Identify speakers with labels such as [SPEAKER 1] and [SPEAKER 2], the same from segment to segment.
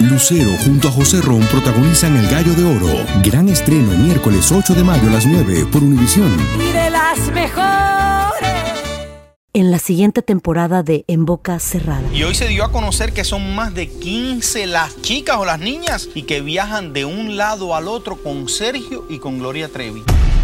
[SPEAKER 1] Lucero junto a José Ron protagonizan El Gallo de Oro. Gran estreno miércoles 8 de mayo a las 9 por Univisión.
[SPEAKER 2] Y de las mejores.
[SPEAKER 3] En la siguiente temporada de En Boca Cerrada.
[SPEAKER 4] Y hoy se dio a conocer que son más de 15 las chicas o las niñas y que viajan de un lado al otro con Sergio y con Gloria Trevi.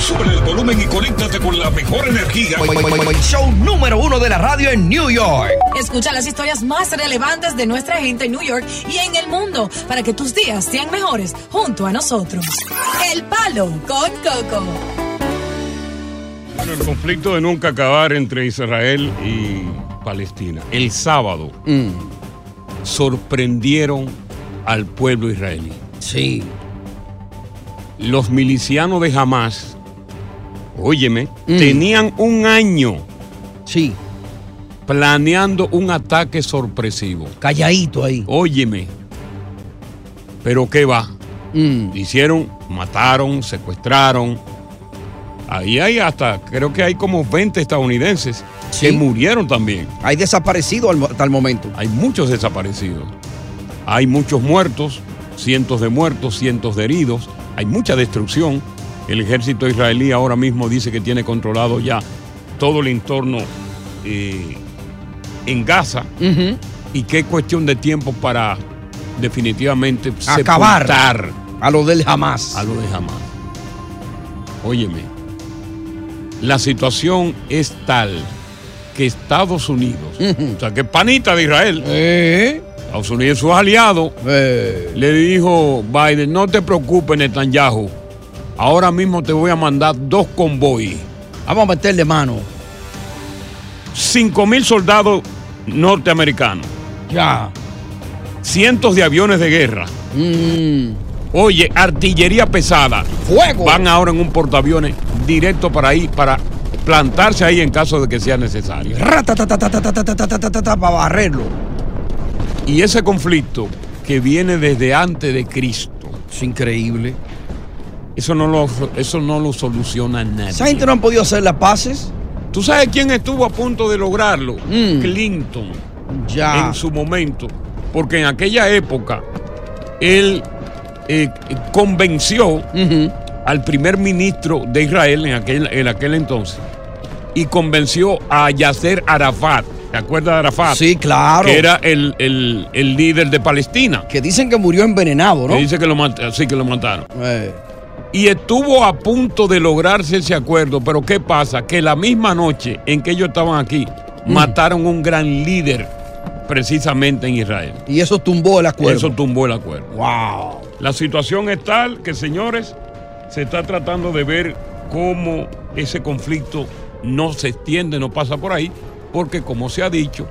[SPEAKER 5] Sube el volumen y conéctate con la mejor energía.
[SPEAKER 6] Boy, boy, boy, Show número uno de la radio en New York.
[SPEAKER 7] Escucha las historias más relevantes de nuestra gente en New York y en el mundo para que tus días sean mejores junto a nosotros. El Palo con Coco.
[SPEAKER 5] Bueno, el conflicto de nunca acabar entre Israel y Palestina. El sábado mm. sorprendieron al pueblo israelí.
[SPEAKER 6] Sí.
[SPEAKER 5] Los milicianos de Hamas óyeme, mm. tenían un año.
[SPEAKER 6] Sí.
[SPEAKER 5] Planeando un ataque sorpresivo.
[SPEAKER 6] Calladito ahí.
[SPEAKER 5] Óyeme. Pero ¿qué va? Mm. Hicieron, mataron, secuestraron. Ahí hay hasta, creo que hay como 20 estadounidenses ¿Sí? que murieron también.
[SPEAKER 6] Hay desaparecidos hasta el momento.
[SPEAKER 5] Hay muchos desaparecidos. Hay muchos muertos, cientos de muertos, cientos de heridos. Hay mucha destrucción. El ejército israelí ahora mismo dice que tiene controlado ya todo el entorno eh, en Gaza. Uh -huh. Y que es cuestión de tiempo para definitivamente
[SPEAKER 6] acabar a lo del Hamas.
[SPEAKER 5] A lo del Hamas. Óyeme, la situación es tal que Estados Unidos, uh -huh. o sea, que panita de Israel, ¿Eh? Estados Unidos y sus aliados, eh. le dijo Biden, no te preocupes, Netanyahu. Ahora mismo te voy a mandar dos convoy.
[SPEAKER 6] Vamos a meterle mano.
[SPEAKER 5] Cinco mil soldados norteamericanos.
[SPEAKER 6] Ya.
[SPEAKER 5] Cientos de aviones de guerra. Mm. Oye, artillería pesada.
[SPEAKER 6] Fuego.
[SPEAKER 5] Van ahora en un portaaviones directo para ahí, para plantarse ahí en caso de que sea necesario.
[SPEAKER 6] Para barrerlo.
[SPEAKER 5] Y ese conflicto que viene desde antes de Cristo.
[SPEAKER 6] Es increíble.
[SPEAKER 5] Eso no lo, eso no lo soluciona nadie.
[SPEAKER 6] Esa gente no han podido hacer las paces.
[SPEAKER 5] ¿Tú sabes quién estuvo a punto de lograrlo? Mm. Clinton.
[SPEAKER 6] Ah.
[SPEAKER 5] Ya. En su momento. Porque en aquella época, él eh, convenció uh -huh. al primer ministro de Israel en aquel, en aquel entonces. Y convenció a Yasser Arafat. ¿Te acuerdas de Arafat?
[SPEAKER 6] Sí, claro.
[SPEAKER 5] Que era el, el, el líder de Palestina.
[SPEAKER 6] Que dicen que murió envenenado, ¿no?
[SPEAKER 5] Que dicen que lo, sí, que lo mataron. Eh y estuvo a punto de lograrse ese acuerdo, pero ¿qué pasa? Que la misma noche en que ellos estaban aquí, mm. mataron un gran líder precisamente en Israel.
[SPEAKER 6] Y eso tumbó el acuerdo.
[SPEAKER 5] Eso tumbó el acuerdo.
[SPEAKER 6] Wow.
[SPEAKER 5] La situación es tal que, señores, se está tratando de ver cómo ese conflicto no se extiende, no pasa por ahí, porque como se ha dicho,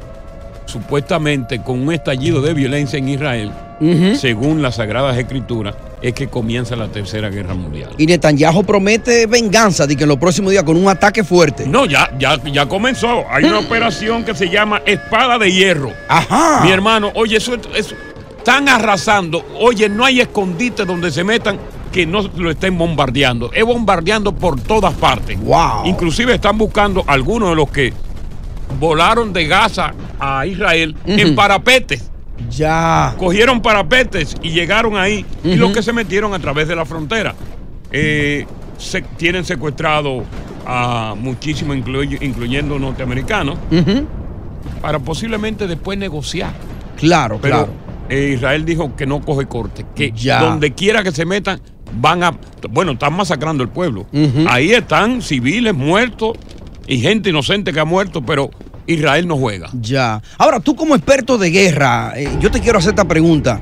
[SPEAKER 5] supuestamente con un estallido de violencia en Israel, uh
[SPEAKER 6] ¿Eh?
[SPEAKER 5] -huh. según las Sagradas Escrituras, es que comienza la Tercera Guerra Mundial.
[SPEAKER 6] Y Netanyahu promete venganza de que en los próximos días con un ataque fuerte.
[SPEAKER 5] No, ya, ya, ya comenzó. Hay una operación que se llama Espada de Hierro.
[SPEAKER 6] Ajá.
[SPEAKER 5] Mi hermano, oye, eso, eso están arrasando. Oye, no hay escondite donde se metan que no lo estén bombardeando. Es bombardeando por todas partes.
[SPEAKER 6] Wow.
[SPEAKER 5] Inclusive están buscando algunos de los que volaron de Gaza a Israel uh -huh. en parapetes.
[SPEAKER 6] Ya.
[SPEAKER 5] Cogieron parapetes y llegaron ahí. Uh -huh. Y los que se metieron a través de la frontera. Eh, se, tienen secuestrado a muchísimos, incluy incluyendo norteamericanos, uh -huh. para posiblemente después negociar.
[SPEAKER 6] Claro,
[SPEAKER 5] Pero,
[SPEAKER 6] claro.
[SPEAKER 5] Eh, Israel dijo que no coge corte, que ya. donde quiera que se metan, van a. Bueno, están masacrando el pueblo. Uh -huh. Ahí están civiles muertos y gente inocente que ha muerto, pero Israel no juega.
[SPEAKER 6] Ya. Ahora, tú como experto de guerra, eh, yo te quiero hacer esta pregunta.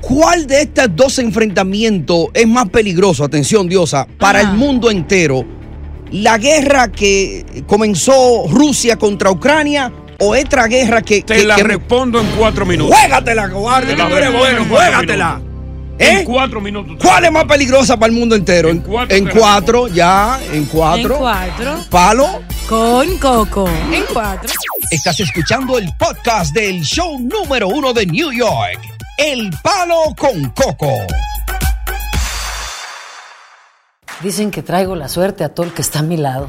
[SPEAKER 6] ¿Cuál de estos dos enfrentamientos es más peligroso, atención diosa, para Ajá. el mundo entero? ¿La guerra que comenzó Rusia contra Ucrania o esta guerra que...
[SPEAKER 5] Te
[SPEAKER 6] que,
[SPEAKER 5] la
[SPEAKER 6] que...
[SPEAKER 5] respondo en cuatro minutos.
[SPEAKER 6] Juégatela, cobarde, que tú eres bueno, juégatela. En
[SPEAKER 5] cuatro minutos.
[SPEAKER 6] ¿Eh? ¿Cuál es más peligrosa para el mundo entero? En cuatro, ya, en cuatro.
[SPEAKER 7] En cuatro.
[SPEAKER 6] Palo.
[SPEAKER 7] Con Coco. En cuatro.
[SPEAKER 6] Estás escuchando el podcast del show número uno de New York. El palo con coco.
[SPEAKER 8] Dicen que traigo la suerte a todo el que está a mi lado.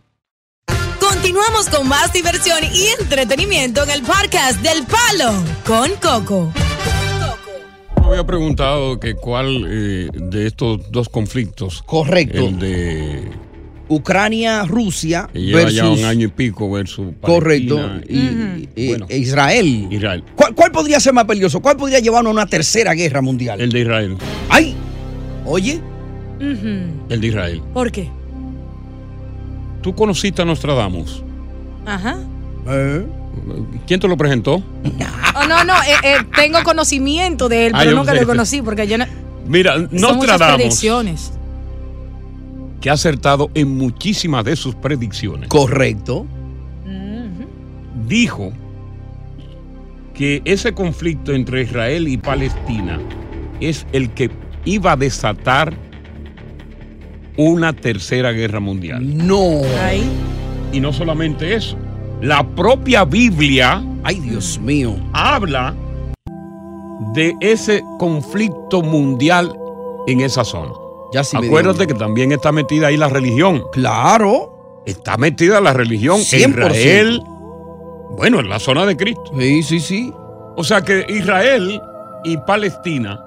[SPEAKER 7] Continuamos con más diversión y entretenimiento en el podcast del Palo con Coco.
[SPEAKER 5] Me había preguntado que cuál eh, de estos dos conflictos.
[SPEAKER 6] Correcto.
[SPEAKER 5] El de
[SPEAKER 6] Ucrania, Rusia
[SPEAKER 5] que lleva ya
[SPEAKER 6] versus-
[SPEAKER 5] un año y pico versus Palestina
[SPEAKER 6] Correcto.
[SPEAKER 5] y-
[SPEAKER 6] y- e Israel. ¿Cuál, cuál podría ser más peligroso? ¿Cuál podría llevarnos a una tercera guerra mundial?
[SPEAKER 5] El de Israel.
[SPEAKER 6] ¡Ay! Oye,
[SPEAKER 5] El de Israel.
[SPEAKER 7] ¿Por qué?
[SPEAKER 5] Tú conociste a Nostradamus.
[SPEAKER 7] Ajá.
[SPEAKER 5] Eh. ¿Quién te lo presentó?
[SPEAKER 7] Oh, no, no, eh, eh, tengo conocimiento de él,
[SPEAKER 5] Ah,
[SPEAKER 7] pero
[SPEAKER 5] yo
[SPEAKER 7] nunca
[SPEAKER 5] sé.
[SPEAKER 7] lo conocí porque yo no.
[SPEAKER 5] Mira,
[SPEAKER 7] son muchas
[SPEAKER 5] Nostradamus,
[SPEAKER 7] predicciones.
[SPEAKER 5] que ha acertado en muchísimas de sus predicciones.
[SPEAKER 6] Correcto.
[SPEAKER 5] Dijo que ese conflicto entre Israel y Palestina es el que iba a desatar una tercera guerra mundial.
[SPEAKER 6] No.
[SPEAKER 5] Y no solamente eso, la propia Biblia.
[SPEAKER 6] Ay, Dios mío.
[SPEAKER 5] Habla de ese conflicto mundial en esa zona.
[SPEAKER 6] Ya sí me
[SPEAKER 5] Acuérdate que también está metida ahí la religión.
[SPEAKER 6] Claro.
[SPEAKER 5] Está metida la religión.
[SPEAKER 6] 100%.
[SPEAKER 5] Israel. Bueno, en la zona de Cristo.
[SPEAKER 6] Sí, sí, sí.
[SPEAKER 5] O sea que Israel y Palestina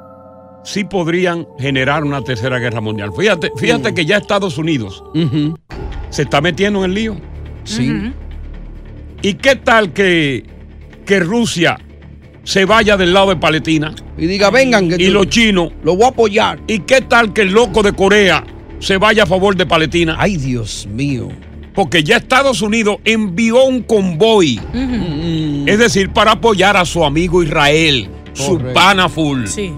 [SPEAKER 5] sí podrían generar una tercera guerra mundial. Fíjate, fíjate que ya Estados Unidos se está metiendo en el lío.
[SPEAKER 6] Sí.
[SPEAKER 5] ¿Y qué tal que, que Rusia se vaya del lado de Palestina?
[SPEAKER 6] Y diga, vengan.
[SPEAKER 5] y los chinos.
[SPEAKER 6] Lo voy a apoyar.
[SPEAKER 5] ¿Y qué tal que el loco de Corea se vaya a favor de Palestina?
[SPEAKER 6] Ay, Dios mío.
[SPEAKER 5] Porque ya Estados Unidos envió un convoy. Es decir, para apoyar a su amigo Israel, su
[SPEAKER 6] Correcto.
[SPEAKER 5] pana full.
[SPEAKER 7] Sí.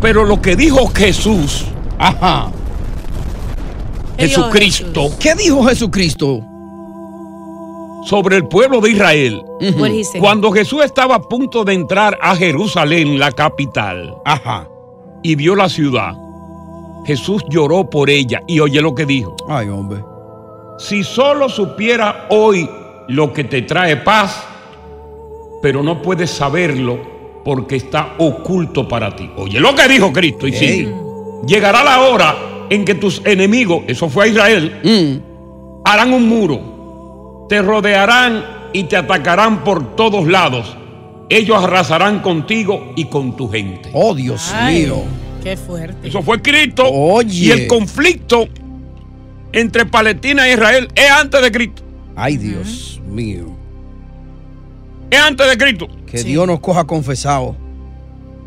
[SPEAKER 5] Pero lo que dijo Jesús,
[SPEAKER 6] ajá,
[SPEAKER 7] ¿Qué dijo
[SPEAKER 5] Jesucristo,
[SPEAKER 6] ¿Qué dijo Jesucristo?
[SPEAKER 5] Sobre el pueblo de Israel.
[SPEAKER 7] What he said.
[SPEAKER 5] Cuando Jesús estaba a punto de entrar a Jerusalén, la capital,
[SPEAKER 6] Ajá.
[SPEAKER 5] y vio la ciudad, Jesús lloró por ella y oye lo que dijo.
[SPEAKER 6] Ay, hombre.
[SPEAKER 5] Si solo supiera hoy lo que te trae paz, pero no puedes saberlo porque está oculto para ti. Oye, lo que dijo Cristo y sigue. Llegará la hora en que tus enemigos, eso fue a Israel, harán un muro, te rodearán y te atacarán por todos lados. Ellos arrasarán contigo y con tu gente.
[SPEAKER 6] Oh, Dios
[SPEAKER 7] Ay,
[SPEAKER 6] mío.
[SPEAKER 7] Qué fuerte.
[SPEAKER 5] Eso fue Cristo.
[SPEAKER 6] Oye.
[SPEAKER 5] Y el conflicto entre Palestina e Israel es antes de Cristo.
[SPEAKER 6] Ay, Dios mío.
[SPEAKER 5] es antes de Cristo.
[SPEAKER 6] Que Dios nos coja confesado.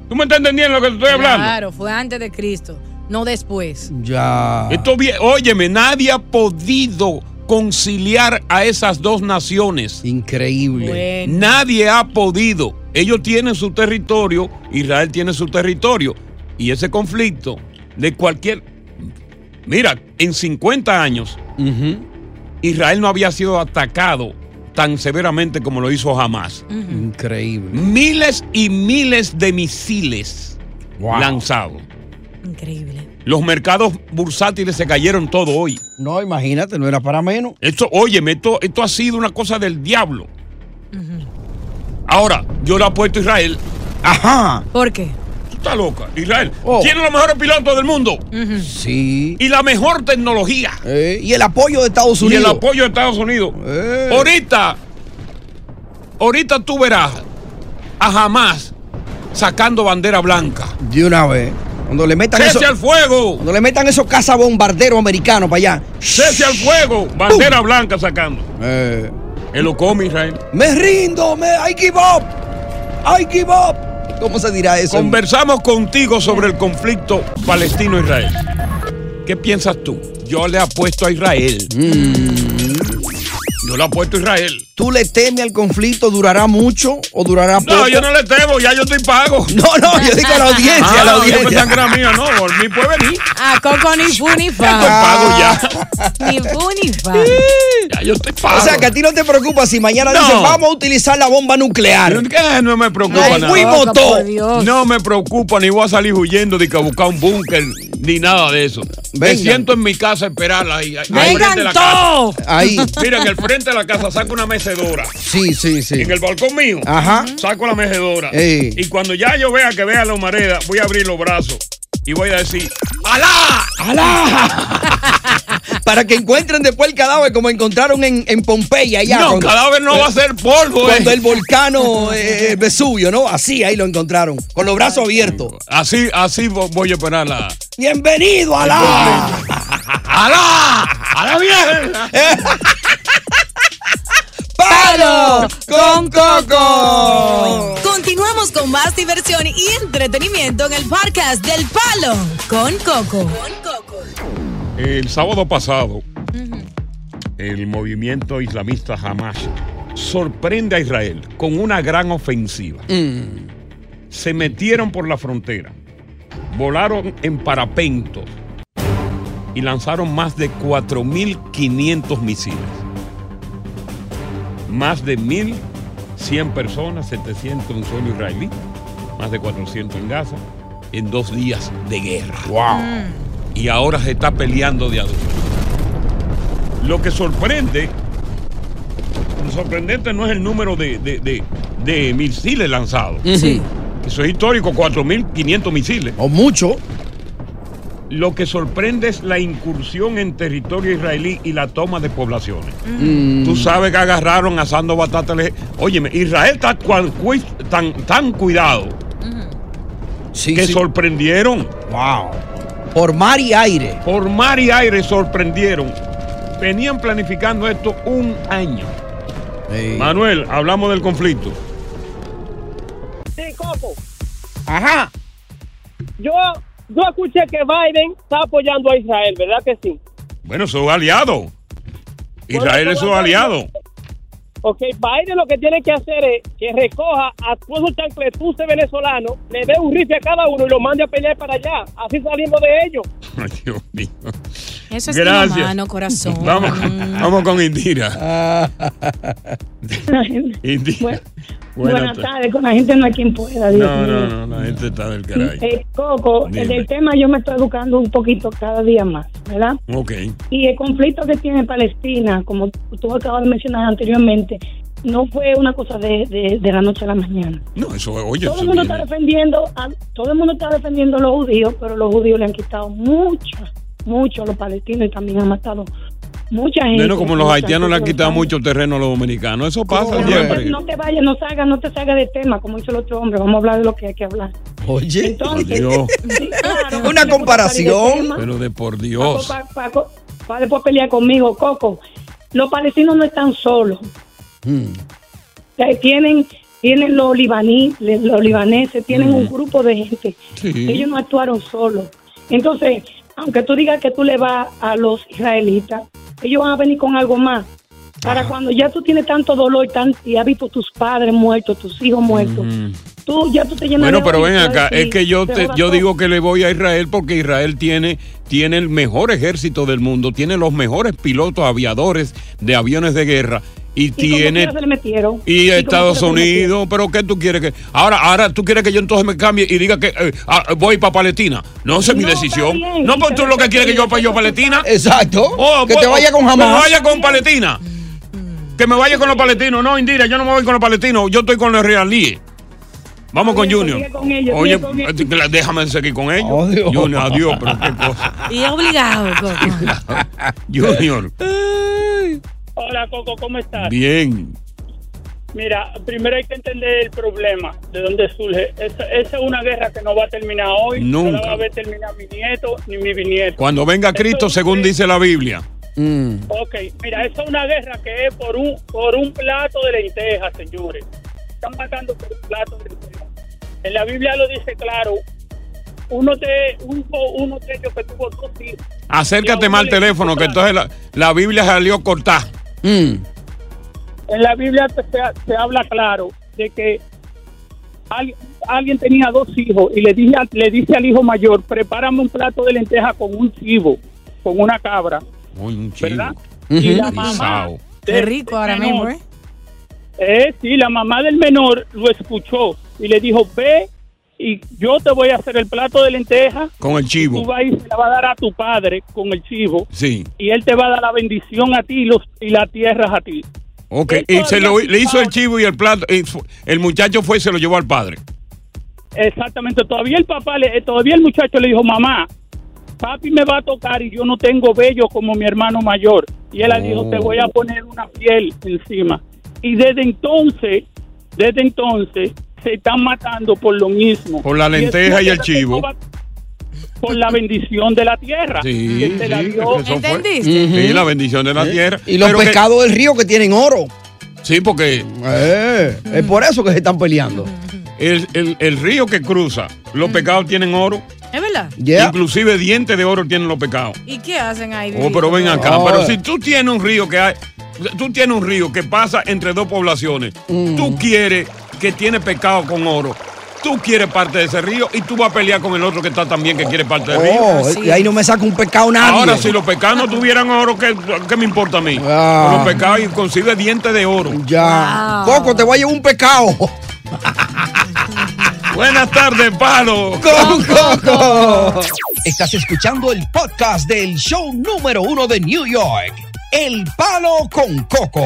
[SPEAKER 5] ¿Tú me estás entendiendo lo que te estoy hablando?
[SPEAKER 7] Claro, fue antes de Cristo, no después.
[SPEAKER 6] Ya.
[SPEAKER 5] Esto, vie- óyeme, nadie ha podido conciliar a esas dos naciones.
[SPEAKER 6] Increíble.
[SPEAKER 7] Bueno.
[SPEAKER 5] Nadie ha podido. Ellos tienen su territorio, Israel tiene su territorio. Y ese conflicto de cualquier... Mira, en 50 años,
[SPEAKER 6] Ujú.
[SPEAKER 5] Israel no había sido atacado tan severamente como lo hizo jamás.
[SPEAKER 6] Mm. Increíble.
[SPEAKER 5] Miles y miles de misiles
[SPEAKER 6] Wow.
[SPEAKER 5] lanzados.
[SPEAKER 7] Increíble.
[SPEAKER 5] Los mercados bursátiles se cayeron todo hoy.
[SPEAKER 6] No, imagínate, no era para menos.
[SPEAKER 5] Esto, óyeme, esto, esto ha sido una cosa del diablo. Ahora, yo le apuesto a Israel.
[SPEAKER 6] Ajá.
[SPEAKER 7] ¿Por qué?
[SPEAKER 5] Tú estás loca, Israel.
[SPEAKER 6] Oh. Mm.
[SPEAKER 5] Tiene los mejores pilotos del mundo
[SPEAKER 6] Sí.
[SPEAKER 5] y la mejor tecnología
[SPEAKER 6] Eh, y el apoyo de Estados
[SPEAKER 5] y el
[SPEAKER 6] Unidos.
[SPEAKER 5] apoyo de Estados Unidos.
[SPEAKER 6] Eh.
[SPEAKER 5] Ahorita, ahorita tú verás a jamás sacando bandera blanca.
[SPEAKER 6] De una vez. Cuando le metan
[SPEAKER 5] ¡Cese
[SPEAKER 6] esos,
[SPEAKER 5] al fuego!
[SPEAKER 6] cuando le metan esos cazabombarderos americanos para allá.
[SPEAKER 5] ¡Cese al fuego! Bandera blanca sacando.
[SPEAKER 6] Eh,
[SPEAKER 5] Él lo come, Israel.
[SPEAKER 6] Me rindo, me, I give up. I give up. ¿Cómo se dirá eso?
[SPEAKER 5] Conversamos contigo sobre el conflicto palestino-israel. ¿Qué piensas tú? Yo le apuesto a Israel.
[SPEAKER 6] Mm.
[SPEAKER 5] Yo le apuesto a Israel.
[SPEAKER 6] ¿Tú le temes al conflicto? ¿Durará mucho o durará poco?
[SPEAKER 5] No, yo no le temo, ya yo estoy pago.
[SPEAKER 6] No, no, yo digo a la audiencia,
[SPEAKER 5] Ah,
[SPEAKER 6] a la audiencia.
[SPEAKER 5] mío, no, por mí puede venir.
[SPEAKER 7] A Ah, Coco ni fu ni
[SPEAKER 5] Estoy
[SPEAKER 6] Ah.
[SPEAKER 5] pago
[SPEAKER 7] fa.
[SPEAKER 5] ya.
[SPEAKER 7] Ni fu ni fa.
[SPEAKER 5] Ya yo estoy pago.
[SPEAKER 6] O sea, que a ti no te preocupa si mañana
[SPEAKER 5] No.
[SPEAKER 6] dicen vamos a utilizar la bomba nuclear.
[SPEAKER 5] ¿Qué? No me preocupa
[SPEAKER 6] Nos
[SPEAKER 5] nada.
[SPEAKER 6] fuimos Loco, todos. por Dios.
[SPEAKER 5] No me preocupa, ni voy a salir huyendo de que a buscar un búnker, ni nada de eso. Me
[SPEAKER 6] Vengan.
[SPEAKER 5] siento en mi casa a esperarla ahí. ahí
[SPEAKER 6] Vengan
[SPEAKER 5] frente de la
[SPEAKER 6] todos.
[SPEAKER 5] casa.
[SPEAKER 6] Ahí.
[SPEAKER 5] Mira, en el frente de la casa saco una mecedora.
[SPEAKER 6] Sí, sí, sí.
[SPEAKER 5] En el balcón mío,
[SPEAKER 6] Ajá.
[SPEAKER 5] saco la mecedora.
[SPEAKER 6] Ey.
[SPEAKER 5] Y cuando ya yo vea que vea la humareda, voy a abrir los brazos y voy a decir, ¡Alá!
[SPEAKER 6] ¡Alá! Para que encuentren después el cadáver como encontraron en, en Pompeya. Allá,
[SPEAKER 5] No, cadáver no va a ser polvo,
[SPEAKER 6] Cuando
[SPEAKER 5] eh.
[SPEAKER 6] el volcano eh, eh, Vesubio, ¿no? Así, ahí lo encontraron. Con los brazos abiertos.
[SPEAKER 5] Así, así vo- voy a esperar la.
[SPEAKER 6] ¡Bienvenido, Alá!
[SPEAKER 5] ¡Alá! ¡A la vieja!
[SPEAKER 6] ¡Palo con Coco!
[SPEAKER 7] Continuamos con más diversión y entretenimiento en el podcast del Palo con Coco.
[SPEAKER 5] El sábado pasado, el movimiento islamista Hamas sorprende a Israel con una gran ofensiva. Se metieron por la frontera, volaron en parapentos y lanzaron más de 4.500 misiles. Más de 1.100 personas, 700 en suelo israelí, más de 400 en Gaza, en dos días de guerra y ahora se está peleando de adulto. Lo que sorprende, lo sorprendente no es el número de, de- de- de misiles lanzados.
[SPEAKER 6] Sí.
[SPEAKER 5] Que Eso es histórico, 4.500 misiles.
[SPEAKER 6] O mucho.
[SPEAKER 5] Lo que sorprende es la incursión en territorio israelí y la toma de poblaciones.
[SPEAKER 6] Mm.
[SPEAKER 5] Tú sabes que agarraron asando batata. le- Óyeme, Israel está cuan- cui- tan, tan cuidado
[SPEAKER 6] Sí,
[SPEAKER 5] que
[SPEAKER 6] sí.
[SPEAKER 5] sorprendieron.
[SPEAKER 6] Wow. Por mar y aire.
[SPEAKER 5] Por mar y aire sorprendieron. Venían planificando esto un año. Manuel, hablamos del conflicto.
[SPEAKER 9] Sí, Coco.
[SPEAKER 5] Ajá.
[SPEAKER 9] Yo, yo escuché que Biden está apoyando a Israel, ¿verdad que sí?
[SPEAKER 5] Bueno, sus aliado. Israel es su aliado.
[SPEAKER 9] Ok, Biden lo que tiene que hacer es que recoja a todos los chancletuces venezolanos, le dé un rifle a cada uno y lo mande a pelear para allá. Así salimos de ellos.
[SPEAKER 5] Ay, Dios mío.
[SPEAKER 7] Eso
[SPEAKER 9] es inhumano, corazón.
[SPEAKER 5] Vamos, vamos con Indira. Indira.
[SPEAKER 10] Buenas
[SPEAKER 5] ta-
[SPEAKER 10] tardes, con la gente no hay quien pueda. Dios
[SPEAKER 5] No,
[SPEAKER 10] mío.
[SPEAKER 5] no, no, la gente está del caray.
[SPEAKER 10] Eh, Coco,
[SPEAKER 5] Dime.
[SPEAKER 10] del tema yo me estoy educando un poquito cada día más, ¿verdad?
[SPEAKER 5] Ok.
[SPEAKER 10] Y el conflicto que tiene Palestina, como tú acabas de mencionar anteriormente, no fue una cosa de, de- de la noche a la mañana.
[SPEAKER 5] No, eso, oye,
[SPEAKER 10] todo
[SPEAKER 5] eso
[SPEAKER 10] el mundo
[SPEAKER 5] viene-
[SPEAKER 10] está defendiendo, a, todo el mundo está defendiendo a los judíos, pero los judíos le han quitado mucho, mucho a los palestinos y también han matado mucha gente.
[SPEAKER 5] Bueno, como los
[SPEAKER 10] Mucha
[SPEAKER 5] haitianos le han
[SPEAKER 10] gente,
[SPEAKER 5] quitado
[SPEAKER 10] los-
[SPEAKER 5] mucho terreno a los dominicanos. Eso pasa
[SPEAKER 10] Pero no,
[SPEAKER 5] siempre.
[SPEAKER 10] te, no te vayas, no salgas, no te salgas de tema, como hizo el otro hombre. Vamos a hablar de lo que hay que hablar.
[SPEAKER 6] Oye.
[SPEAKER 5] Por Dios.
[SPEAKER 6] Una comparación.
[SPEAKER 5] Pero de por
[SPEAKER 10] Ah,
[SPEAKER 5] Dios.
[SPEAKER 10] Para, después pelear conmigo, Coco. Los palestinos no están solos.
[SPEAKER 6] Hmm.
[SPEAKER 10] Eh, Tienen, tienen los, libaní, le- los libaneses, Eh, tienen un grupo de gente.
[SPEAKER 11] Sí.
[SPEAKER 10] Ellos no actuaron solos. Entonces, aunque tú digas que tú le vas a los israelitas, ellos van a venir con algo más. Para cuando ya tú tienes tanto dolor y, tan, y has visto tus padres muertos, tus hijos muertos, tú ya tú te llenas
[SPEAKER 5] Bueno,
[SPEAKER 10] de
[SPEAKER 5] pero
[SPEAKER 10] odio
[SPEAKER 5] ven
[SPEAKER 10] y tú
[SPEAKER 5] acá,
[SPEAKER 10] decís,
[SPEAKER 5] es que yo
[SPEAKER 10] se
[SPEAKER 5] te-
[SPEAKER 10] joda
[SPEAKER 5] yo
[SPEAKER 10] todo.
[SPEAKER 5] digo que le voy a Israel porque Israel tiene tiene el mejor ejército del mundo, tiene los mejores pilotos aviadores de aviones de guerra y,
[SPEAKER 10] Y como
[SPEAKER 5] tiene
[SPEAKER 10] quiera se le metieron.
[SPEAKER 5] y,
[SPEAKER 10] como quiera
[SPEAKER 5] Estados
[SPEAKER 10] se le metieron.
[SPEAKER 5] Unidos, pero ¿qué tú quieres que ahora ahora tú quieres que yo entonces me cambie y diga que eh, ah, voy para Palestina? No, esa es mi decisión.
[SPEAKER 10] bien,
[SPEAKER 5] no, pues tú lo que quieres que yo vaya yo a Palestina.
[SPEAKER 6] Exacto.
[SPEAKER 5] Oh,
[SPEAKER 6] Que
[SPEAKER 5] pues,
[SPEAKER 6] te vaya con
[SPEAKER 5] que
[SPEAKER 6] Hamas.
[SPEAKER 5] me vaya con Palestina. Que me vaya con los palestinos. No, Indira, yo no me voy con los palestinos. Yo estoy con los realíes. Vamos con
[SPEAKER 10] Sigue
[SPEAKER 5] Junior.
[SPEAKER 10] con ellos, sigue
[SPEAKER 5] Oye,
[SPEAKER 10] con ellos. Oh,
[SPEAKER 5] eh, déjame seguir con ellos. Junior, adiós, pero qué cosa.
[SPEAKER 7] Y obligado, Coco.
[SPEAKER 5] Junior,
[SPEAKER 9] Hola, Coco, ¿cómo estás?
[SPEAKER 5] bien.
[SPEAKER 9] Mira, primero hay que entender el problema, de dónde surge. Esa, esa es una guerra que no va a terminar hoy, no la
[SPEAKER 5] Nunca.
[SPEAKER 9] va a ver terminar mi nieto ni mi bisnieto.
[SPEAKER 5] Cuando venga Cristo, según dice la Biblia.
[SPEAKER 9] Ok, mira, esa es una guerra que es por un, por un plato de lentejas, señores. Están matando por un plato de lentejas. En la Biblia lo dice claro. Uno de, un, uno de ellos que tuvo dos hijos
[SPEAKER 5] Acércate más al teléfono, que entonces la, la Biblia salió cortada.
[SPEAKER 9] En la Biblia te- se, se habla claro de que al- alguien tenía dos hijos y le, dije, al- le dice al hijo mayor, prepárame un plato de lenteja con un chivo, con una cabra. ¿Verdad? Y la mamá
[SPEAKER 2] Qué rico ahora mismo,
[SPEAKER 9] menor,
[SPEAKER 2] ¿eh?
[SPEAKER 9] eh, sí, la mamá del menor lo escuchó y le dijo, ve y yo te voy a hacer el plato de lenteja.
[SPEAKER 5] Con el chivo.
[SPEAKER 9] Tú vas y se la vas a dar a tu padre con el chivo.
[SPEAKER 5] Sí.
[SPEAKER 9] Y él te va a dar la bendición a ti y, los, y la tierra a ti.
[SPEAKER 5] Ok,
[SPEAKER 9] Él
[SPEAKER 5] y se
[SPEAKER 9] todavía
[SPEAKER 5] lo,
[SPEAKER 9] sí
[SPEAKER 5] le hizo el chivo y el plato. y fu- el muchacho fue y se lo llevó al padre.
[SPEAKER 9] Exactamente. Todavía el papá, le, eh, todavía el muchacho le dijo, mamá, papi me va a tocar y yo no tengo vello como mi hermano mayor. Y
[SPEAKER 6] Oh.
[SPEAKER 9] él le dijo, te voy a poner una piel encima. Y desde entonces, desde entonces, se están matando por lo mismo.
[SPEAKER 5] Por la
[SPEAKER 9] Y es
[SPEAKER 5] lenteja y
[SPEAKER 9] una
[SPEAKER 5] el
[SPEAKER 9] cosa que
[SPEAKER 5] chivo.
[SPEAKER 9] no va- Por la bendición de la tierra.
[SPEAKER 5] Sí,
[SPEAKER 9] Que se la
[SPEAKER 5] sí,
[SPEAKER 9] dio-
[SPEAKER 5] que eso fue. Sí, la bendición de la tierra.
[SPEAKER 6] Y los
[SPEAKER 5] Pero que-
[SPEAKER 6] pescados del río que tienen oro.
[SPEAKER 5] Sí, porque. Eh.
[SPEAKER 6] es por eso que se están peleando.
[SPEAKER 5] El, el- el río que cruza,
[SPEAKER 9] Mm.
[SPEAKER 5] los pecados tienen oro.
[SPEAKER 2] ¿Es verdad?
[SPEAKER 5] Inclusive dientes de oro tienen los pecados.
[SPEAKER 2] ¿Y qué hacen ahí?
[SPEAKER 5] Oh,
[SPEAKER 2] Didito?
[SPEAKER 5] pero ven acá,
[SPEAKER 2] Oh.
[SPEAKER 5] pero si tú tienes un río que hay, tú tienes un río que pasa entre dos poblaciones,
[SPEAKER 6] Mm.
[SPEAKER 5] tú quieres que tiene pecado con oro, tú quieres parte de ese río y tú vas a pelear con el otro que está también que quiere parte del río.
[SPEAKER 6] Oh, y ahí no me saca un pescado nadie.
[SPEAKER 5] Ahora, si los pecados no tuvieran oro, ¿qué, qué me importa a mí?
[SPEAKER 6] Ah.
[SPEAKER 5] Los pecados inclusive dientes de oro.
[SPEAKER 6] Ya. Coco, te voy a llevar un pescado. Ah.
[SPEAKER 5] Buenas tardes, palo.
[SPEAKER 6] Con Coco. Estás escuchando el podcast del show número uno de New York. El palo con Coco.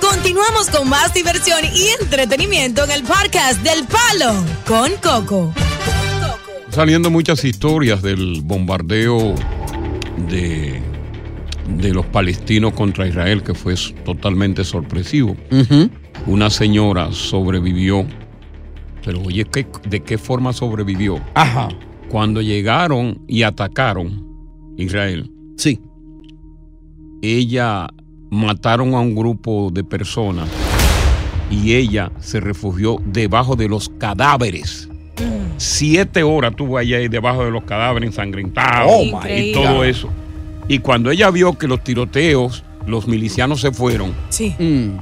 [SPEAKER 7] Continuamos con más diversión y entretenimiento en el podcast del Palo con Coco.
[SPEAKER 5] saliendo muchas historias del bombardeo de, de los palestinos contra Israel, que fue s- totalmente sorpresivo. Una señora sobrevivió, pero oye, ¿qué- ¿de qué forma sobrevivió?
[SPEAKER 6] Ajá.
[SPEAKER 5] Cuando llegaron y atacaron Israel.
[SPEAKER 6] Sí.
[SPEAKER 5] Ella mataron a un grupo de personas y ella se refugió debajo de los cadáveres. Siete horas estuvo allá ahí debajo de los cadáveres ensangrentados
[SPEAKER 6] Oh, my
[SPEAKER 5] y
[SPEAKER 6] God.
[SPEAKER 5] todo eso. Y cuando ella vio que los tiroteos, los milicianos se fueron,
[SPEAKER 2] Sí.
[SPEAKER 6] Mm.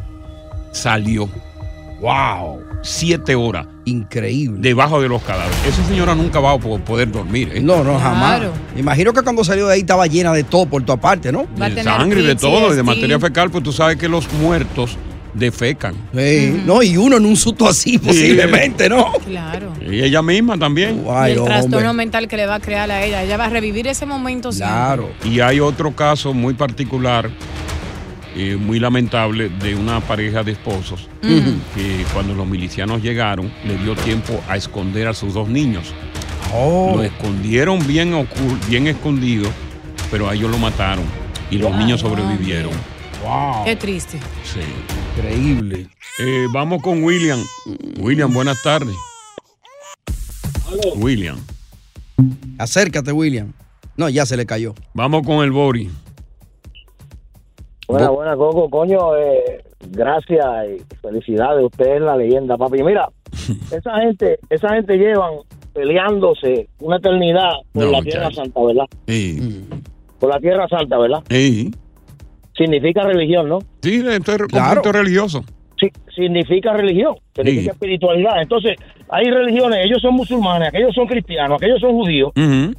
[SPEAKER 5] salió. ¡Wow! Siete horas.
[SPEAKER 6] Increíble.
[SPEAKER 5] Debajo de los cadáveres. Esa señora nunca va a po- poder dormir. ¿eh?
[SPEAKER 6] No, no, jamás. Me imagino que cuando salió de ahí estaba llena de todo por tu parte, ¿no?
[SPEAKER 5] De sangre y de todo, y de materia fecal, pues tú sabes que los muertos defecan.
[SPEAKER 6] Sí, No, y uno en un susto así, posiblemente, ¿no?
[SPEAKER 2] Claro.
[SPEAKER 5] Y ella misma también.
[SPEAKER 2] Y el trastorno mental que le va a crear a ella. Ella va a revivir ese momento. siempre.
[SPEAKER 5] Y hay otro caso muy particular, eh, muy lamentable, de una pareja de esposos
[SPEAKER 2] Ujú.
[SPEAKER 5] que cuando los milicianos llegaron le dio tiempo a esconder a sus dos niños.
[SPEAKER 6] Oh,
[SPEAKER 5] Lo escondieron bien, ocu- bien escondido, pero a ellos lo mataron y los niños sobrevivieron.
[SPEAKER 2] Qué triste.
[SPEAKER 5] Sí. Increíble. vamos con William. William, buenas tardes. William.
[SPEAKER 6] Acércate, William. No, ya se le cayó.
[SPEAKER 5] Vamos con el Bori.
[SPEAKER 11] Buena, buena, Coco, coño, eh, gracias y felicidades, usted es la leyenda, papi. Mira, esa gente, esa gente llevan peleándose una eternidad por
[SPEAKER 5] No,
[SPEAKER 11] la Tierra
[SPEAKER 5] muchacho.
[SPEAKER 11] Santa, ¿verdad?
[SPEAKER 6] Mm.
[SPEAKER 5] Sí.
[SPEAKER 11] Por la Tierra Santa, ¿verdad?
[SPEAKER 5] Sí.
[SPEAKER 11] Significa religión, ¿no?
[SPEAKER 5] Sí, esto es conflicto religioso.
[SPEAKER 11] Sí, significa religión, significa espiritualidad. Entonces, hay religiones, ellos son musulmanes, aquellos son cristianos, aquellos son judíos,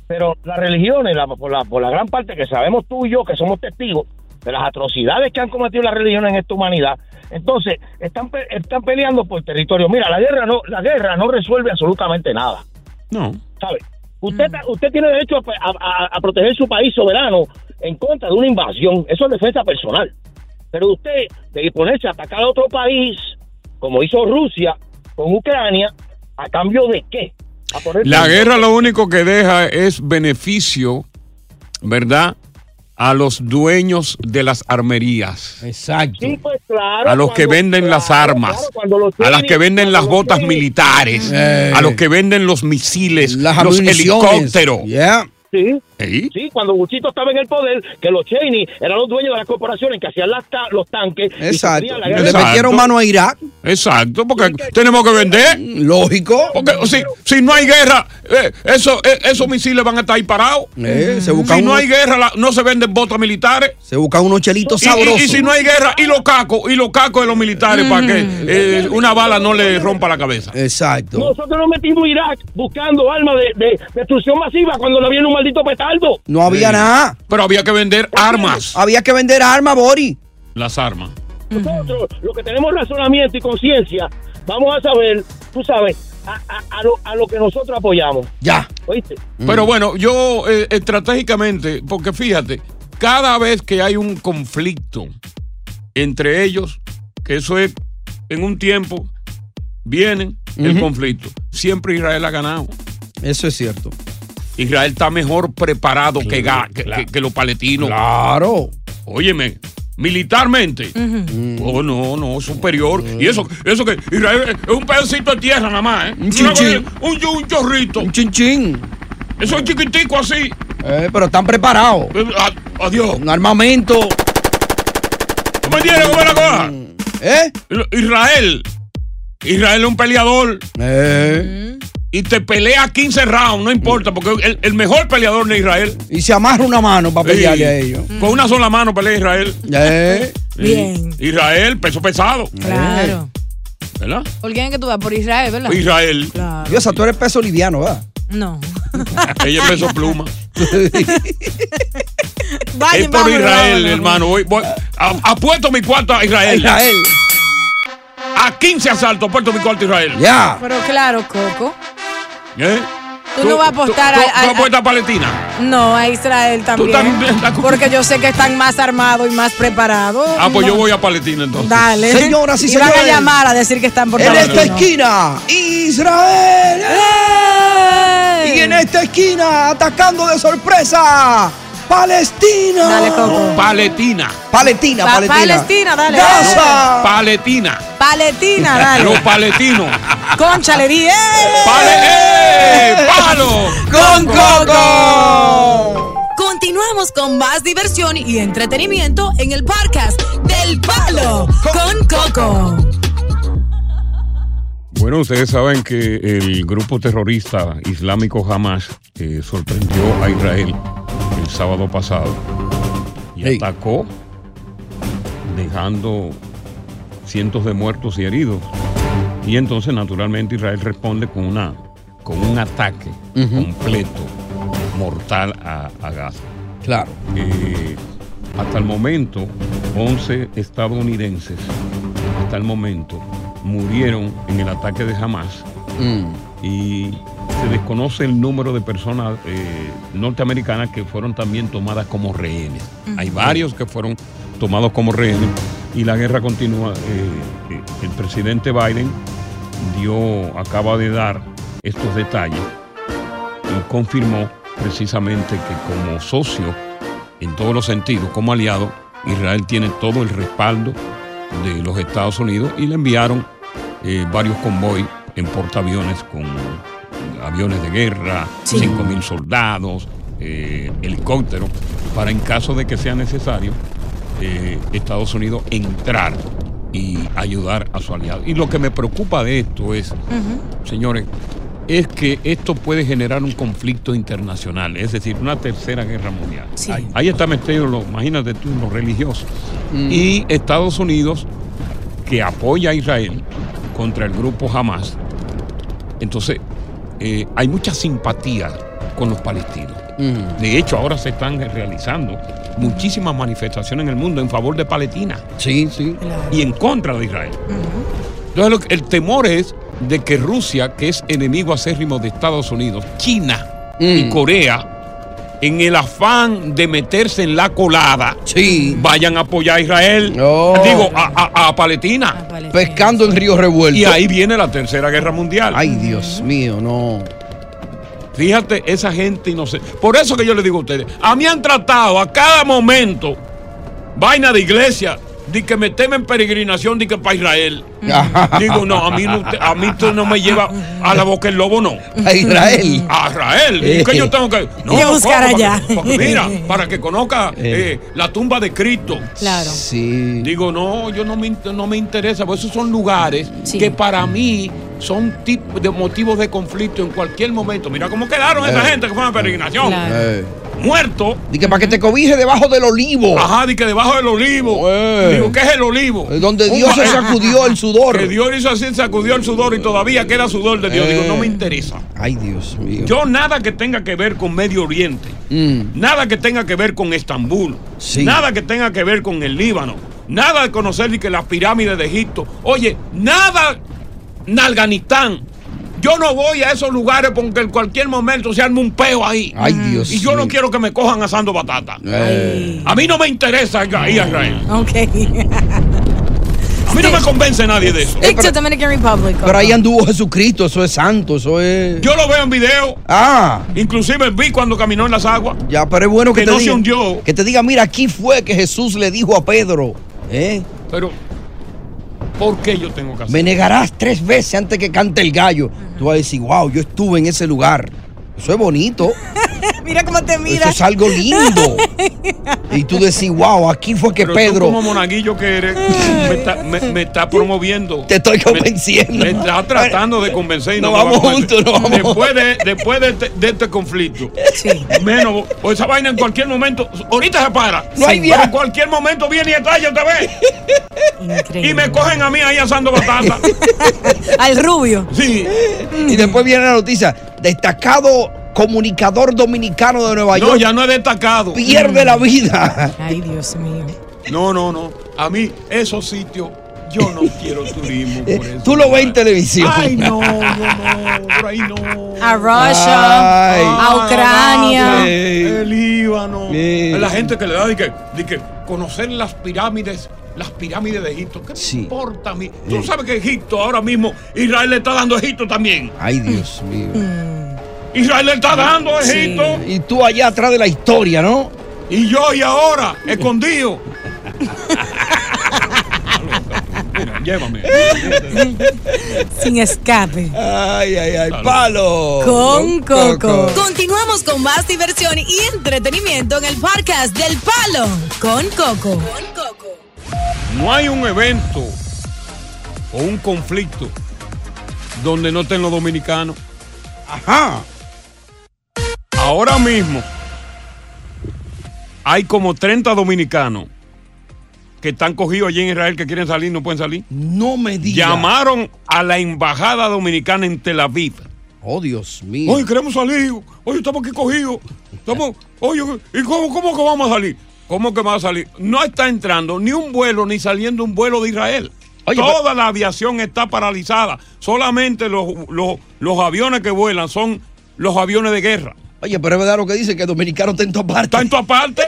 [SPEAKER 11] pero las religiones, la- por, la, por la gran parte que sabemos tú y yo, que somos testigos de las atrocidades que han cometido las religiones en esta humanidad, entonces están, pe- están peleando por territorio. Mira, la guerra no, la guerra no resuelve absolutamente nada.
[SPEAKER 5] No.
[SPEAKER 11] ¿sabe? Usted,
[SPEAKER 6] Mm.
[SPEAKER 11] ta- usted tiene derecho a, pe- a- a- a proteger su país soberano en contra de una invasión. Eso es defensa personal. Pero usted, de ponerse a atacar a otro país, como hizo Rusia con Ucrania, ¿a cambio de qué? ponerte-
[SPEAKER 5] La guerra lo único que deja es beneficio, ¿verdad? A los dueños de las armerías.
[SPEAKER 6] Exacto.
[SPEAKER 11] Sí, pues claro.
[SPEAKER 5] A los que
[SPEAKER 11] cuando-
[SPEAKER 5] venden las armas,
[SPEAKER 11] cuando los
[SPEAKER 5] a las
[SPEAKER 11] tienen,
[SPEAKER 5] que venden las
[SPEAKER 11] cuando los
[SPEAKER 5] botas
[SPEAKER 11] tienen.
[SPEAKER 5] militares,
[SPEAKER 11] Eh.
[SPEAKER 5] a los que venden los misiles, los
[SPEAKER 6] municiones.
[SPEAKER 5] helicópteros.
[SPEAKER 11] Sí.
[SPEAKER 5] Sí.
[SPEAKER 11] cuando Buchito estaba en el poder, que los Cheney eran los dueños de las corporaciones que hacían las ta- los tanques. y
[SPEAKER 6] Exacto.
[SPEAKER 11] sufrían la guerra.
[SPEAKER 6] Le metieron mano a Irak.
[SPEAKER 5] Exacto, porque tenemos que vender.
[SPEAKER 6] Lógico.
[SPEAKER 5] Porque si, si no hay guerra, eh, eso- eh, esos misiles van a estar ahí parados.
[SPEAKER 6] Eh, se buscan
[SPEAKER 5] si no
[SPEAKER 6] unos-
[SPEAKER 5] hay guerra, la- no se venden botas militares.
[SPEAKER 6] Se buscan unos chelitos
[SPEAKER 5] Y- y-
[SPEAKER 6] sabrosos.
[SPEAKER 5] Y, si no hay guerra, y los cacos, y los cacos de los militares para que
[SPEAKER 6] Mm.
[SPEAKER 5] eh, una bala no le rompa la cabeza.
[SPEAKER 6] Exacto.
[SPEAKER 11] Nosotros nos metimos a Irak buscando armas de, de destrucción masiva cuando no había un maldito petardo.
[SPEAKER 6] No había nada. Ah.
[SPEAKER 5] Pero había que vender armas.
[SPEAKER 6] Había que vender armas, Bori.
[SPEAKER 5] Las armas.
[SPEAKER 11] Nosotros, los que tenemos razonamiento y conciencia, vamos a saber, tú sabes, a, a- a lo, a lo que nosotros apoyamos.
[SPEAKER 6] Ya.
[SPEAKER 11] ¿Oíste?
[SPEAKER 6] Mm.
[SPEAKER 5] Pero bueno, yo eh, estratégicamente, porque fíjate, cada vez que hay un conflicto entre ellos, que eso es en un tiempo, viene el conflicto. Siempre Israel ha ganado.
[SPEAKER 6] Eso es cierto.
[SPEAKER 5] Israel está mejor preparado que, Ga- que- que- que los palestinos.
[SPEAKER 6] Claro.
[SPEAKER 5] Óyeme, militarmente.
[SPEAKER 6] Mm.
[SPEAKER 5] Oh, no, no, superior. Y eso, eso que Israel es un pedacito de tierra nada más, ¿eh?
[SPEAKER 6] Un chinchín.
[SPEAKER 5] Una cosa, Un, un chorrito.
[SPEAKER 6] Un chinchín.
[SPEAKER 5] Eso es chiquitico así. Eh,
[SPEAKER 6] Eh, pero están preparados.
[SPEAKER 5] A- Adiós.
[SPEAKER 6] Un armamento.
[SPEAKER 5] ¿Tú me entiendes cómo es la cosa?
[SPEAKER 6] ¿Eh?
[SPEAKER 5] Israel. Israel es un peleador.
[SPEAKER 6] eh.
[SPEAKER 5] Y te pelea 15 rounds, no importa, porque el, el mejor peleador de Israel.
[SPEAKER 6] Y se amarra una mano para pelearle
[SPEAKER 5] Sí.
[SPEAKER 6] a ellos.
[SPEAKER 5] Con una sola mano pelea Israel.
[SPEAKER 6] Eh.
[SPEAKER 2] Bien.
[SPEAKER 5] Israel, peso pesado.
[SPEAKER 2] Claro.
[SPEAKER 5] ¿Verdad?
[SPEAKER 2] ¿Por quién es que tú vas? Por Israel, ¿verdad?
[SPEAKER 5] Israel.
[SPEAKER 2] Claro.
[SPEAKER 6] Diosa, tú eres peso liviano, ¿verdad?
[SPEAKER 2] No.
[SPEAKER 5] Ella es peso pluma.
[SPEAKER 2] Vaya,
[SPEAKER 5] es por
[SPEAKER 2] vámonos,
[SPEAKER 5] Israel,
[SPEAKER 2] vámonos.
[SPEAKER 5] hermano. Voy, voy- a- apuesto mi cuarto a Israel.
[SPEAKER 6] Israel.
[SPEAKER 5] A 15 asaltos, apuesto mi cuarto a Israel.
[SPEAKER 6] Ya.
[SPEAKER 2] Pero claro, Coco.
[SPEAKER 5] ¿Eh?
[SPEAKER 2] Tú no vas a apostar
[SPEAKER 5] tú-
[SPEAKER 2] al-
[SPEAKER 5] tú-
[SPEAKER 2] al-
[SPEAKER 5] tú apuestas a Palestina.
[SPEAKER 2] No, a Israel también.
[SPEAKER 5] también estás con-
[SPEAKER 2] Porque yo sé que están más armados y más preparados.
[SPEAKER 5] Ah, pues yo
[SPEAKER 2] No.
[SPEAKER 5] voy a Palestina entonces.
[SPEAKER 2] Dale.
[SPEAKER 6] Señoras y
[SPEAKER 2] van a
[SPEAKER 6] señores.
[SPEAKER 2] llamar a decir que están por
[SPEAKER 6] En esta
[SPEAKER 2] Palestina.
[SPEAKER 6] esquina, Israel.
[SPEAKER 2] ¡Eh!
[SPEAKER 6] Y en esta esquina, atacando de sorpresa, Palestina.
[SPEAKER 5] Palestina.
[SPEAKER 6] Palestina,
[SPEAKER 2] Pa-
[SPEAKER 6] Palestina.
[SPEAKER 2] Palestina, dale.
[SPEAKER 6] Gaza.
[SPEAKER 5] Palestina.
[SPEAKER 2] Paletina, dale.
[SPEAKER 5] Los palestinos.
[SPEAKER 2] Concha, le di. ¡eh!
[SPEAKER 5] ¡Pale! ¡Eh! ¡Palo!
[SPEAKER 6] ¡Con Coco!
[SPEAKER 7] Continuamos con más diversión y entretenimiento en el podcast del Palo con Coco.
[SPEAKER 5] Bueno, ustedes saben que el grupo terrorista islámico Hamas eh, sorprendió a Israel el sábado pasado y atacó, dejando cientos de muertos y heridos. Y entonces, naturalmente, Israel responde con, una, con un ataque completo, mortal a, a Gaza.
[SPEAKER 6] Claro.
[SPEAKER 5] Eh, hasta el momento, 11 estadounidenses, hasta el momento, murieron en el ataque de Hamas
[SPEAKER 6] Mm,
[SPEAKER 5] y se desconoce el número de personas eh, norteamericanas que fueron también tomadas como rehenes.
[SPEAKER 12] Ujú.
[SPEAKER 5] Hay varios que fueron tomados como rehenes y la guerra continúa. Eh, eh, el presidente Biden dio, acaba de dar estos detalles y confirmó precisamente que como socio en todos los sentidos, como aliado, Israel tiene todo el respaldo de los Estados Unidos y le enviaron eh, varios convoy en portaaviones con aviones de guerra, 5.000 soldados, eh, helicópteros, para en caso de que sea necesario, eh, Estados Unidos entrar y ayudar a su aliado. Y lo que me preocupa de esto es, señores, es que esto puede generar un conflicto internacional, es decir, una tercera guerra mundial. Ahí, ahí está metido, lo, imagínate tú, los religiosos. Y Estados Unidos, que apoya a Israel contra el grupo Hamas, entonces eh, hay mucha simpatía con los palestinos.
[SPEAKER 6] mm.
[SPEAKER 5] De hecho, ahora se están realizando muchísimas manifestaciones en el mundo en favor de Palestina.
[SPEAKER 6] Sí, sí.
[SPEAKER 5] Y en contra de Israel. Entonces, lo que- el temor es de que Rusia, que es enemigo acérrimo de Estados Unidos, China
[SPEAKER 6] Mm.
[SPEAKER 5] y Corea, en el afán de meterse en la colada, vayan a apoyar a Israel. Digo, a, a- a Palestina.
[SPEAKER 6] Pescando en río revuelto.
[SPEAKER 5] Y ahí viene la Tercera Guerra Mundial.
[SPEAKER 6] Ay, Dios mío, no.
[SPEAKER 5] Fíjate, esa gente inocente. Por eso que yo le digo a ustedes, a mí han tratado a cada momento, vaina de iglesia, de que me temen peregrinación, de que para Israel. Digo, no, a mí, no, usted- a mí usted no me lleva a la boca el lobo, no.
[SPEAKER 6] A Israel.
[SPEAKER 5] A Israel. ¿Y qué yo tengo que...? No,
[SPEAKER 6] Que buscar
[SPEAKER 5] ¿cómo?
[SPEAKER 6] allá.
[SPEAKER 5] Para que- para que- mira, para que conozca eh, la tumba de Cristo.
[SPEAKER 2] eh, Claro.
[SPEAKER 6] Sí.
[SPEAKER 5] Digo, no, yo no me, inter- no me interesa, porque esos son lugares que para mí son tip- de motivos de conflicto en cualquier momento. Mira cómo quedaron esa
[SPEAKER 6] Eh.
[SPEAKER 5] gente que fue a la peregrinación.
[SPEAKER 6] Claro. Eh.
[SPEAKER 5] Muerto.
[SPEAKER 6] Dice, para que te cobije debajo del olivo.
[SPEAKER 5] Ajá, di que debajo del olivo. Digo, ¿qué es el olivo?
[SPEAKER 6] Eh. Donde
[SPEAKER 5] Un
[SPEAKER 6] Dios
[SPEAKER 5] ba-
[SPEAKER 6] se sacudió el sudor.
[SPEAKER 5] Que Dios hizo así, sacudió el sudor y todavía queda sudor de Dios. Digo,
[SPEAKER 6] Eh.
[SPEAKER 5] no me interesa.
[SPEAKER 6] Ay, Dios mío.
[SPEAKER 5] Yo nada que tenga que ver con Medio Oriente,
[SPEAKER 6] Mm.
[SPEAKER 5] nada que tenga que ver con Estambul, nada que tenga que ver con el Líbano, nada de conocer ni que las pirámides de Egipto, oye, nada en Afganistán. Yo no voy a esos lugares porque en cualquier momento se arma un peo ahí.
[SPEAKER 6] Ay, Dios
[SPEAKER 5] Y yo no quiero que me cojan asando batata.
[SPEAKER 6] Eh.
[SPEAKER 5] A mí no me interesa ir a Israel.
[SPEAKER 2] Ok.
[SPEAKER 5] A mí no me convence nadie de eso.
[SPEAKER 2] Stick to Dominican Republic.
[SPEAKER 6] Pero ahí anduvo Jesucristo, eso es santo, eso es.
[SPEAKER 5] Yo lo veo en video.
[SPEAKER 6] Ah.
[SPEAKER 5] Inclusive vi cuando caminó en las aguas.
[SPEAKER 6] Ya, pero es bueno que,
[SPEAKER 5] Que
[SPEAKER 6] te
[SPEAKER 5] no se
[SPEAKER 6] diga.
[SPEAKER 5] hundió.
[SPEAKER 6] Que te diga, mira, aquí fue que Jesús le dijo a Pedro, ¿eh?
[SPEAKER 5] Pero, ¿por qué yo tengo que hacer?
[SPEAKER 6] Me negarás tres veces antes que cante el gallo. Tú vas a decir, wow, yo estuve en ese lugar. Eso es bonito.
[SPEAKER 2] Mira cómo te mira.
[SPEAKER 6] Eso es algo lindo. y tú decís, wow, aquí fue que
[SPEAKER 5] Pero tú
[SPEAKER 6] Pedro.
[SPEAKER 5] como monaguillo que eres, me está, me- me está promoviendo.
[SPEAKER 6] Te estoy
[SPEAKER 5] Me-
[SPEAKER 6] convenciendo.
[SPEAKER 5] Me, está tratando de convencer y no,
[SPEAKER 6] Nos
[SPEAKER 5] me va a
[SPEAKER 6] vamos
[SPEAKER 5] convencer.
[SPEAKER 6] juntos, nos vamos
[SPEAKER 5] Después de, después de este, de este conflicto, menos, o esa vaina en cualquier momento, ahorita se para.
[SPEAKER 6] No hay
[SPEAKER 5] Pero
[SPEAKER 6] viaje.
[SPEAKER 5] en cualquier momento viene y estalla otra vez. Y me cogen a mí ahí asando batata.
[SPEAKER 2] Al rubio.
[SPEAKER 5] Sí.
[SPEAKER 6] Y después viene la noticia. Destacado comunicador dominicano de Nueva
[SPEAKER 5] No,
[SPEAKER 6] York.
[SPEAKER 5] ya no he destacado.
[SPEAKER 6] Pierde la vida.
[SPEAKER 2] Ay, Dios mío.
[SPEAKER 5] No, no, no. A mí, esos sitios, yo no quiero turismo. Por eso.
[SPEAKER 6] Tú lo ves en televisión.
[SPEAKER 5] Ay, no, no, no, por ahí no.
[SPEAKER 2] A Russia.
[SPEAKER 6] Ay.
[SPEAKER 2] A Ucrania.
[SPEAKER 5] El Líbano.
[SPEAKER 6] Sí.
[SPEAKER 5] La gente que le da de que, de que conocer las pirámides, las pirámides de Egipto. ¿Qué
[SPEAKER 6] Sí.
[SPEAKER 5] me importa a mí? Tú sabes que Egipto ahora mismo, Israel le está dando a Egipto también.
[SPEAKER 6] Ay, Dios mío.
[SPEAKER 5] Israel le está dando a Egipto.
[SPEAKER 6] Y tú allá atrás de la historia, ¿no?
[SPEAKER 5] Y yo y ahora, escondido. Mira, llévame.
[SPEAKER 6] Eh.
[SPEAKER 2] Sin escape.
[SPEAKER 6] Ay, ay, ay. Palo.
[SPEAKER 7] Con
[SPEAKER 6] coco.
[SPEAKER 7] Continuamos con más diversión y entretenimiento en el podcast del Palo con Coco.
[SPEAKER 5] No hay un evento o un conflicto donde no estén los dominicanos.
[SPEAKER 6] Ajá.
[SPEAKER 5] Ahora mismo hay como 30 dominicanos que están cogidos allí en Israel que quieren salir, no pueden salir.
[SPEAKER 6] No me digas.
[SPEAKER 5] Llamaron a la embajada dominicana en Tel Aviv.
[SPEAKER 6] Oh, Dios mío.
[SPEAKER 5] Hoy queremos salir. Hoy estamos aquí cogidos. Estamos, oye, ¿y cómo, cómo que vamos a salir? ¿Cómo que va a salir? No está entrando ni un vuelo ni saliendo un vuelo de Israel. Toda la aviación está paralizada. Solamente los, los- los aviones que vuelan son los aviones de guerra.
[SPEAKER 6] Oye, pero es verdad lo que dicen, que el dominicano está en tu parte.
[SPEAKER 5] Tanto aparte.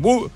[SPEAKER 5] Bu-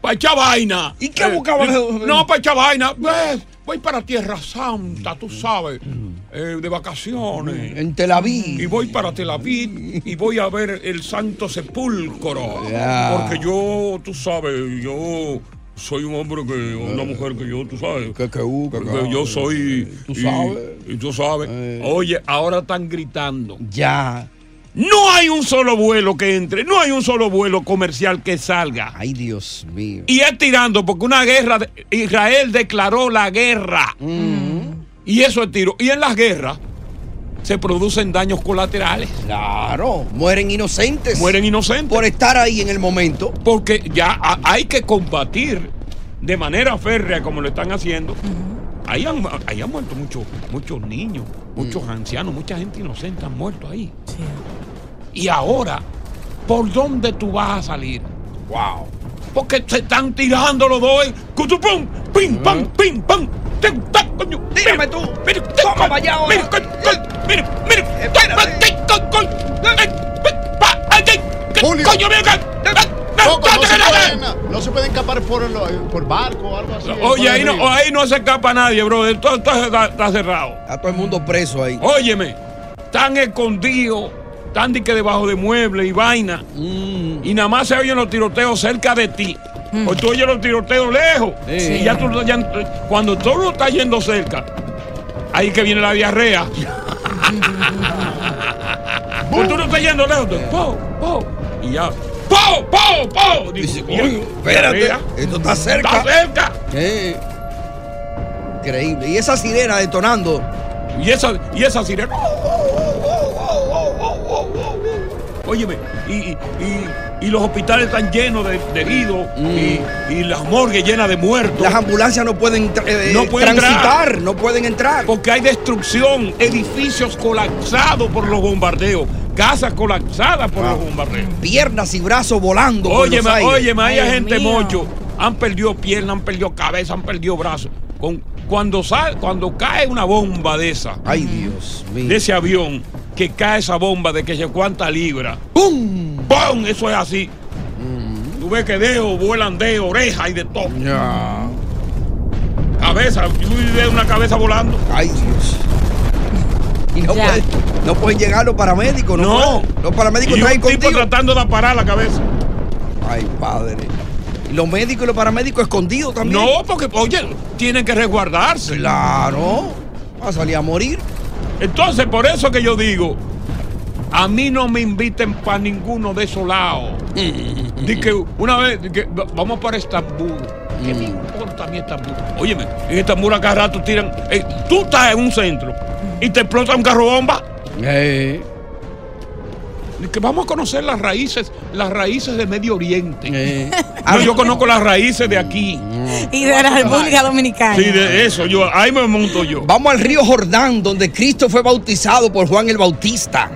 [SPEAKER 5] Pa' echar vaina. Eh,
[SPEAKER 6] ¿Y qué buscaban los-
[SPEAKER 5] No, pa' echar vaina. Ves, Voy para Tierra Santa, tú sabes,
[SPEAKER 6] Mm.
[SPEAKER 5] eh, de vacaciones.
[SPEAKER 6] En Tel Aviv.
[SPEAKER 5] Y voy para Tel Aviv y voy a ver el Santo Sepulcro.
[SPEAKER 6] Ya.
[SPEAKER 5] Porque yo, tú sabes, yo soy un hombre que,
[SPEAKER 6] Eh.
[SPEAKER 5] una mujer que yo, tú sabes.
[SPEAKER 6] Que, que, uh, que,
[SPEAKER 5] que yo soy.
[SPEAKER 6] Tú
[SPEAKER 5] y-
[SPEAKER 6] sabes. Eh.
[SPEAKER 5] Y, tú sabes. Oye, ahora están gritando.
[SPEAKER 6] Ya.
[SPEAKER 5] No hay un solo vuelo que entre, no hay un solo vuelo comercial que salga.
[SPEAKER 6] Ay, Dios mío.
[SPEAKER 5] Y es tirando, porque una guerra, de- Israel declaró la guerra.
[SPEAKER 6] Mm,
[SPEAKER 5] Y eso es tiro. Y en las guerras se producen daños colaterales.
[SPEAKER 6] Claro. Mueren inocentes.
[SPEAKER 5] Mueren inocentes.
[SPEAKER 6] Por estar ahí en el momento.
[SPEAKER 5] Porque ya ha- hay que combatir de manera férrea como lo están haciendo. Ahí han, ahí han muerto muchos, muchos niños, muchos ancianos, mucha gente inocente han muerto ahí. Y ahora, ¿por dónde tú vas a salir?
[SPEAKER 6] Wow.
[SPEAKER 5] Porque se están tirando los dos. Cutupum, pim, pam, pim, pam. Tum, tac, coño.
[SPEAKER 6] Tírame tú.
[SPEAKER 5] Mira, te-
[SPEAKER 6] Toma para allá ahora.
[SPEAKER 5] Mira, coño, coño, mira, mira. Toma, te- co- co- eh, pa, ay, ay, que-
[SPEAKER 6] Julio.
[SPEAKER 5] Coño, mira, que-
[SPEAKER 13] Coco, no, se pueden, no se pueden escapar por, lo- por barco o algo así.
[SPEAKER 5] Oye, ahí no, ahí no se escapa nadie, brother. Todo está, está- está cerrado.
[SPEAKER 6] Está todo el mundo preso ahí.
[SPEAKER 5] Óyeme, tan escondido, tan de que debajo de muebles y vaina.
[SPEAKER 6] Mm.
[SPEAKER 5] Y nada más se oyen los tiroteos cerca de ti. O tú oyes los tiroteos lejos.
[SPEAKER 6] Hmm. Sí.
[SPEAKER 5] Y ya tú, ya- cuando todo lo está yendo cerca, ahí que viene la diarrea. Pues tú no estás yendo lejos. tú, po, po, y ya. ¡Po, po, po! Dice,
[SPEAKER 6] "Oye, espérate, esto está cerca".
[SPEAKER 5] ¡Está cerca!
[SPEAKER 6] Eh, Increíble. Y esa sirena detonando.
[SPEAKER 5] Y esa, y esa sirena. Óyeme, y, y- y- y los hospitales están llenos de, de heridos y, y las morgues llenas de muertos.
[SPEAKER 6] Las ambulancias no pueden, tra- eh, transitar,
[SPEAKER 5] no pueden entrar. Porque hay destrucción, edificios colapsados por los bombardeos, casas colapsadas por los bombardeos.
[SPEAKER 6] Piernas y brazos volando. por
[SPEAKER 5] Óyeme,
[SPEAKER 6] los aires.
[SPEAKER 5] óyeme, hay gente mocho. Han perdido piernas, han perdido cabeza, han perdido brazos. Con, cuando, sal, cuando cae una bomba de esa,
[SPEAKER 6] Ay, Dios mío.
[SPEAKER 5] de ese avión, que cae esa bomba de que se cuánta libra.
[SPEAKER 6] ¡Pum!
[SPEAKER 5] ¡Pum! Eso es así.
[SPEAKER 6] Mm,
[SPEAKER 5] Tú ves que dejo, vuelan de oreja y de todo.
[SPEAKER 6] Ya.
[SPEAKER 5] Cabeza, tú ves una cabeza volando.
[SPEAKER 6] Ay, Dios. Y no,
[SPEAKER 5] Ya.
[SPEAKER 6] pueden, no pueden llegar los paramédicos. No. pueden. Los paramédicos
[SPEAKER 5] Y un
[SPEAKER 6] traen
[SPEAKER 5] tipo
[SPEAKER 6] contigo.
[SPEAKER 5] tratando de parar la cabeza.
[SPEAKER 6] Ay, padre. ¿Y Los médicos y los paramédicos escondidos también.
[SPEAKER 5] No, porque, oye, tienen que resguardarse.
[SPEAKER 6] Claro. Va a salir a morir.
[SPEAKER 5] Entonces, por eso que yo digo, a mí no me inviten para ninguno de esos lados. Di que una vez, di que va- vamos para Estambul. ¿Qué me importa a mí Estambul? Óyeme, en Estambul acá rato tiran. eh, tú estás en un centro y te explota un carro bomba.
[SPEAKER 6] Eh.
[SPEAKER 5] Di que vamos a conocer las raíces, las raíces de Medio Oriente.
[SPEAKER 6] Eh.
[SPEAKER 5] No, yo conozco las raíces de aquí.
[SPEAKER 6] Mm.
[SPEAKER 7] Y de la República Dominicana.
[SPEAKER 5] Sí, de eso, yo, ahí me monto yo.
[SPEAKER 6] Vamos al río Jordán, donde Cristo fue bautizado por Juan el Bautista.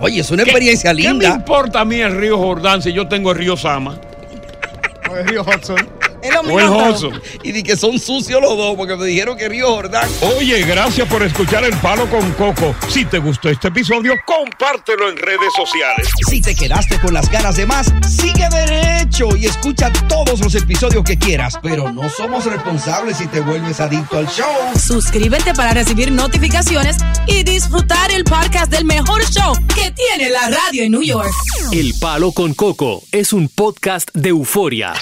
[SPEAKER 6] Oye, es una
[SPEAKER 5] ¿Qué-
[SPEAKER 6] experiencia
[SPEAKER 5] ¿Qué me
[SPEAKER 6] linda.
[SPEAKER 5] importa a mí el río Jordán si yo tengo el río Sama?
[SPEAKER 13] O el río Hudson.
[SPEAKER 5] O el Hudson.
[SPEAKER 6] Y di que son sucios los dos, porque me dijeron que Río Jordán.
[SPEAKER 12] Oye, gracias por escuchar El Palo con Coco. Si te gustó este episodio, compártelo en redes sociales.
[SPEAKER 6] Si te quedaste con las ganas de más, sigue derecho y escucha todos los episodios que quieras. Pero no somos responsables si te vuelves adicto al show.
[SPEAKER 7] Suscríbete para recibir notificaciones y disfrutar el podcast del mejor show que tiene la radio en New York.
[SPEAKER 12] El Palo con Coco es un podcast de euforia.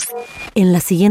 [SPEAKER 3] En la siguiente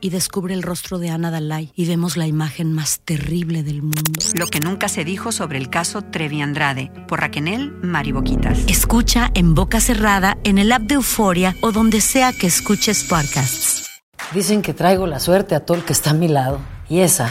[SPEAKER 14] Y descubre el rostro de Ana Dalai y vemos la imagen más terrible del mundo.
[SPEAKER 15] Lo que nunca se dijo sobre el caso Trevi Andrade por Raquenel Mariboquitas.
[SPEAKER 14] Escucha en boca cerrada, en el app de Euforia o donde sea que escuches podcasts.
[SPEAKER 8] Dicen que traigo la suerte a todo el que está a mi lado. Y esa